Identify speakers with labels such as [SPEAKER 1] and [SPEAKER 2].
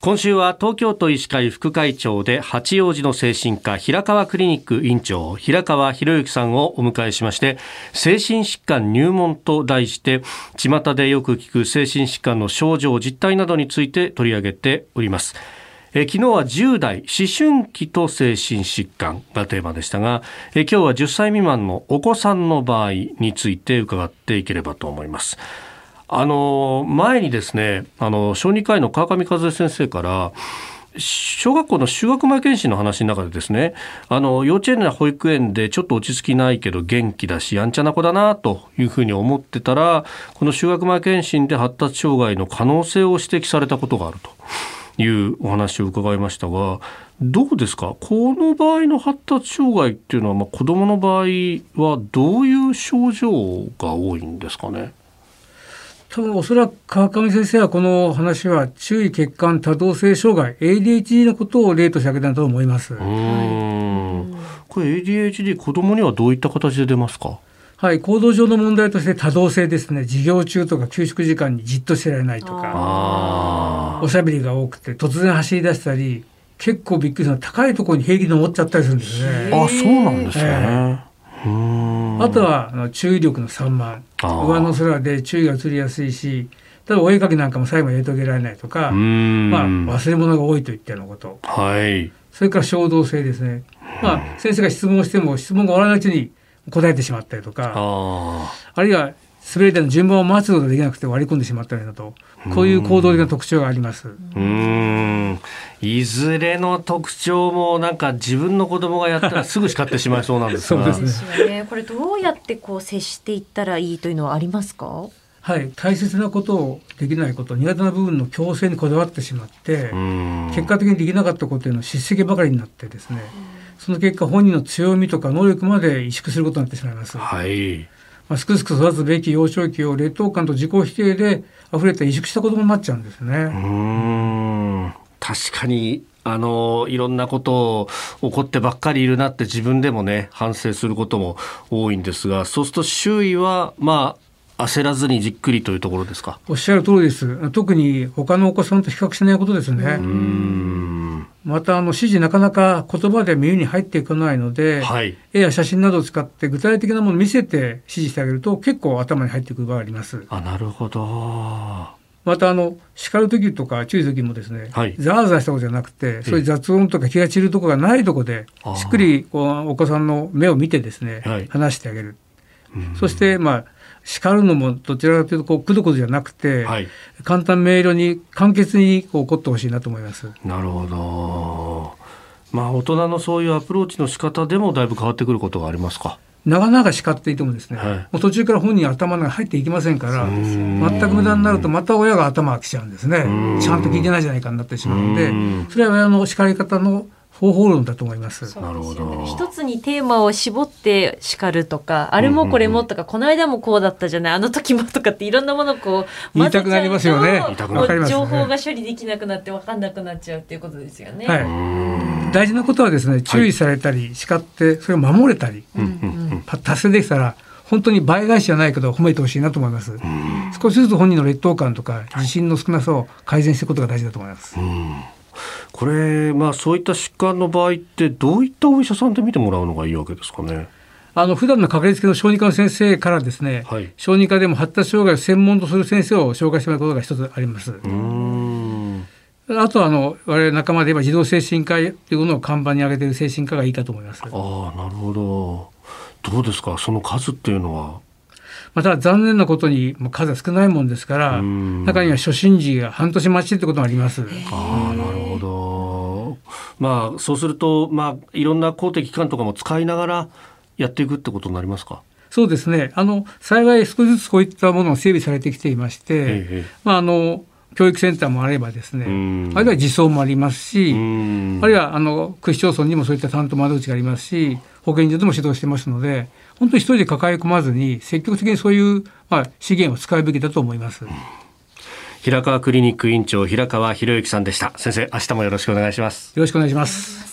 [SPEAKER 1] 今週は東京都医師会副会長で八王子の精神科平川クリニック院長平川博之さんをお迎えしまして精神疾患入門と題して巷でよく聞く精神疾患の症状実態などについて取り上げておりますえ昨日は10代思春期と精神疾患がテーマでしたがえ今日は10歳未満のお子さんの場合について伺っていければと思いますあの前にですねあの小児科医の川上和恵先生から小学校の修学前検診の話の中でですねあの幼稚園や保育園でちょっと落ち着きないけど元気だしやんちゃな子だなというふうに思ってたらこの修学前検診で発達障害の可能性を指摘されたことがあると。いうお話を伺いましたがどうですかこの場合の発達障害っていうのは、まあ、子どもの場合はどういう症状が多いんですかね
[SPEAKER 2] 多分おそらく川上先生はこの話は注意欠陥多動性障害 ADHD のことを例として挙げたと思います。
[SPEAKER 1] うんこれ ADHD 子どもにはどういった形で出ますか
[SPEAKER 2] はい、行動上の問題として多動性ですね。授業中とか給食時間にじっとしてられないとか、おしゃべりが多くて突然走り出したり、結構びっくりした高いところに平気で登っちゃったりするんですね。
[SPEAKER 1] あ、そうなんですね。
[SPEAKER 2] えー、あとはあの注意力の散漫。上の空で注意が移りやすいし、例えばお絵かきなんかも最後まで入れとけられないとか、まあ忘れ物が多いといったようなこと。
[SPEAKER 1] はい。
[SPEAKER 2] それから衝動性ですね。まあ先生が質問しても質問が終わらないうちに答えてしまったりとかあるいは滑り台の順番を待つことができなくて割り込んでしまったりだとこういう行動的な特徴があります
[SPEAKER 1] うんいずれの特徴もなんか自分の子供がやったらすぐ叱ってしまいそうなんですが
[SPEAKER 2] そうです
[SPEAKER 3] ね、ね、これどうやってこう接していったらいいというのはありますか
[SPEAKER 2] はい、大切なことをできないこと苦手な部分の強制にこだわってしまって結果的にできなかったことへの叱責ばかりになってですねその結果本人の強みとか能力まで萎縮することになってしまいます。
[SPEAKER 1] はい。。
[SPEAKER 2] まあ、すくすく育つべき幼少期を劣等感と自己否定で溢れて萎縮した子供になっちゃうんですね。うん
[SPEAKER 1] 確かに。あのいろんなことを怒ってばっかりいるなって自分でもね反省することも多いんですがそうすると周囲はまあ焦らずにじっくりというところですか
[SPEAKER 2] おっしゃる通りです特に他のお子さんと比較しないことですねまたあの指示なかなか言葉で耳に入ってこないので、
[SPEAKER 1] はい、
[SPEAKER 2] 絵や写真などを使って具体的なものを見せて指示してあげると結構頭に入ってくる場合あります
[SPEAKER 1] あなるほど
[SPEAKER 2] またあの叱る時とか注意する時もですね、
[SPEAKER 1] はい、
[SPEAKER 2] ザーザーしたことじゃなくてそういう雑音とか気が散るとこがないとこでしっくりこうお子さんの目を見てですね、
[SPEAKER 1] はい、
[SPEAKER 2] 話してあげるそしてまあ叱るのもどちらかというとこうくどくどじゃなくて、
[SPEAKER 1] はい、
[SPEAKER 2] 簡単明瞭に簡潔にこう怒ってほしいなと思います。
[SPEAKER 1] なるほど。まあ大人のそういうアプローチの仕方でもだいぶ変わってくることがありますか。
[SPEAKER 2] 長々叱っていてもですね、はい、もう途中から本人頭が入っていきませんから、全く無駄になるとまた親が頭が来ちゃうんですね。ちゃんと聞いてないじゃないかになってしまうので、それは親の叱り方の方法論だと思います。
[SPEAKER 3] なるほど。一つにテーマを絞って叱るとか、あれもこれもとか、この間もこうだったじゃない、あの時もとかっていろんなものこ
[SPEAKER 2] う混ぜちゃうと、言いたくなりますよね。
[SPEAKER 3] 情報が処理できなくなって分かんなくなっちゃうっていうことですよね。
[SPEAKER 2] はい、大事なことはですね、注意されたり、叱ってそれを守れたり、はい、達成できたら。本当に倍返しじゃないけど褒めてほしいなと思います。少しずつ本人の劣等感とか自信の少なさを改善していくことが大事だと思います。
[SPEAKER 1] これ、まあ、そういった疾患の場合ってどういったお医者さんで見てもらうのがいいわけですかね。
[SPEAKER 2] あの普段のかかりつけの小児科の先生からですね、
[SPEAKER 1] はい、
[SPEAKER 2] 小児科でも発達障害を専門とする先生を紹介してもらうことが一つあります。あとあの我々仲間で言えば児童精神科というものを看板に挙げている精神科がいいかと思います。あ
[SPEAKER 1] あなるほど。どうですかその数っていうのは
[SPEAKER 2] また残念なことに数は少ないもんですから中には初診時が半年待ちってこともあります。
[SPEAKER 1] あなるほど、まあ、そうすると、まあ、いろんな公的機関とかも使いながらやっていくってことになりますか
[SPEAKER 2] そうですねあの幸い少しずつこういったものを整備されてきていまして、まあ、あの教育センターもあればですね、あるいは児相もありますし、あるいはあの区市町村にもそういった担当窓口がありますし、保健所でも指導してますので、本当に一人で抱え込まずに、積極的にそういう、まあ、資源を使うべきだと思います。うん、
[SPEAKER 1] 平川クリニック院長、平川博之さんでした。先生、明日もよろしくお願いします。
[SPEAKER 2] よろしくお願いします。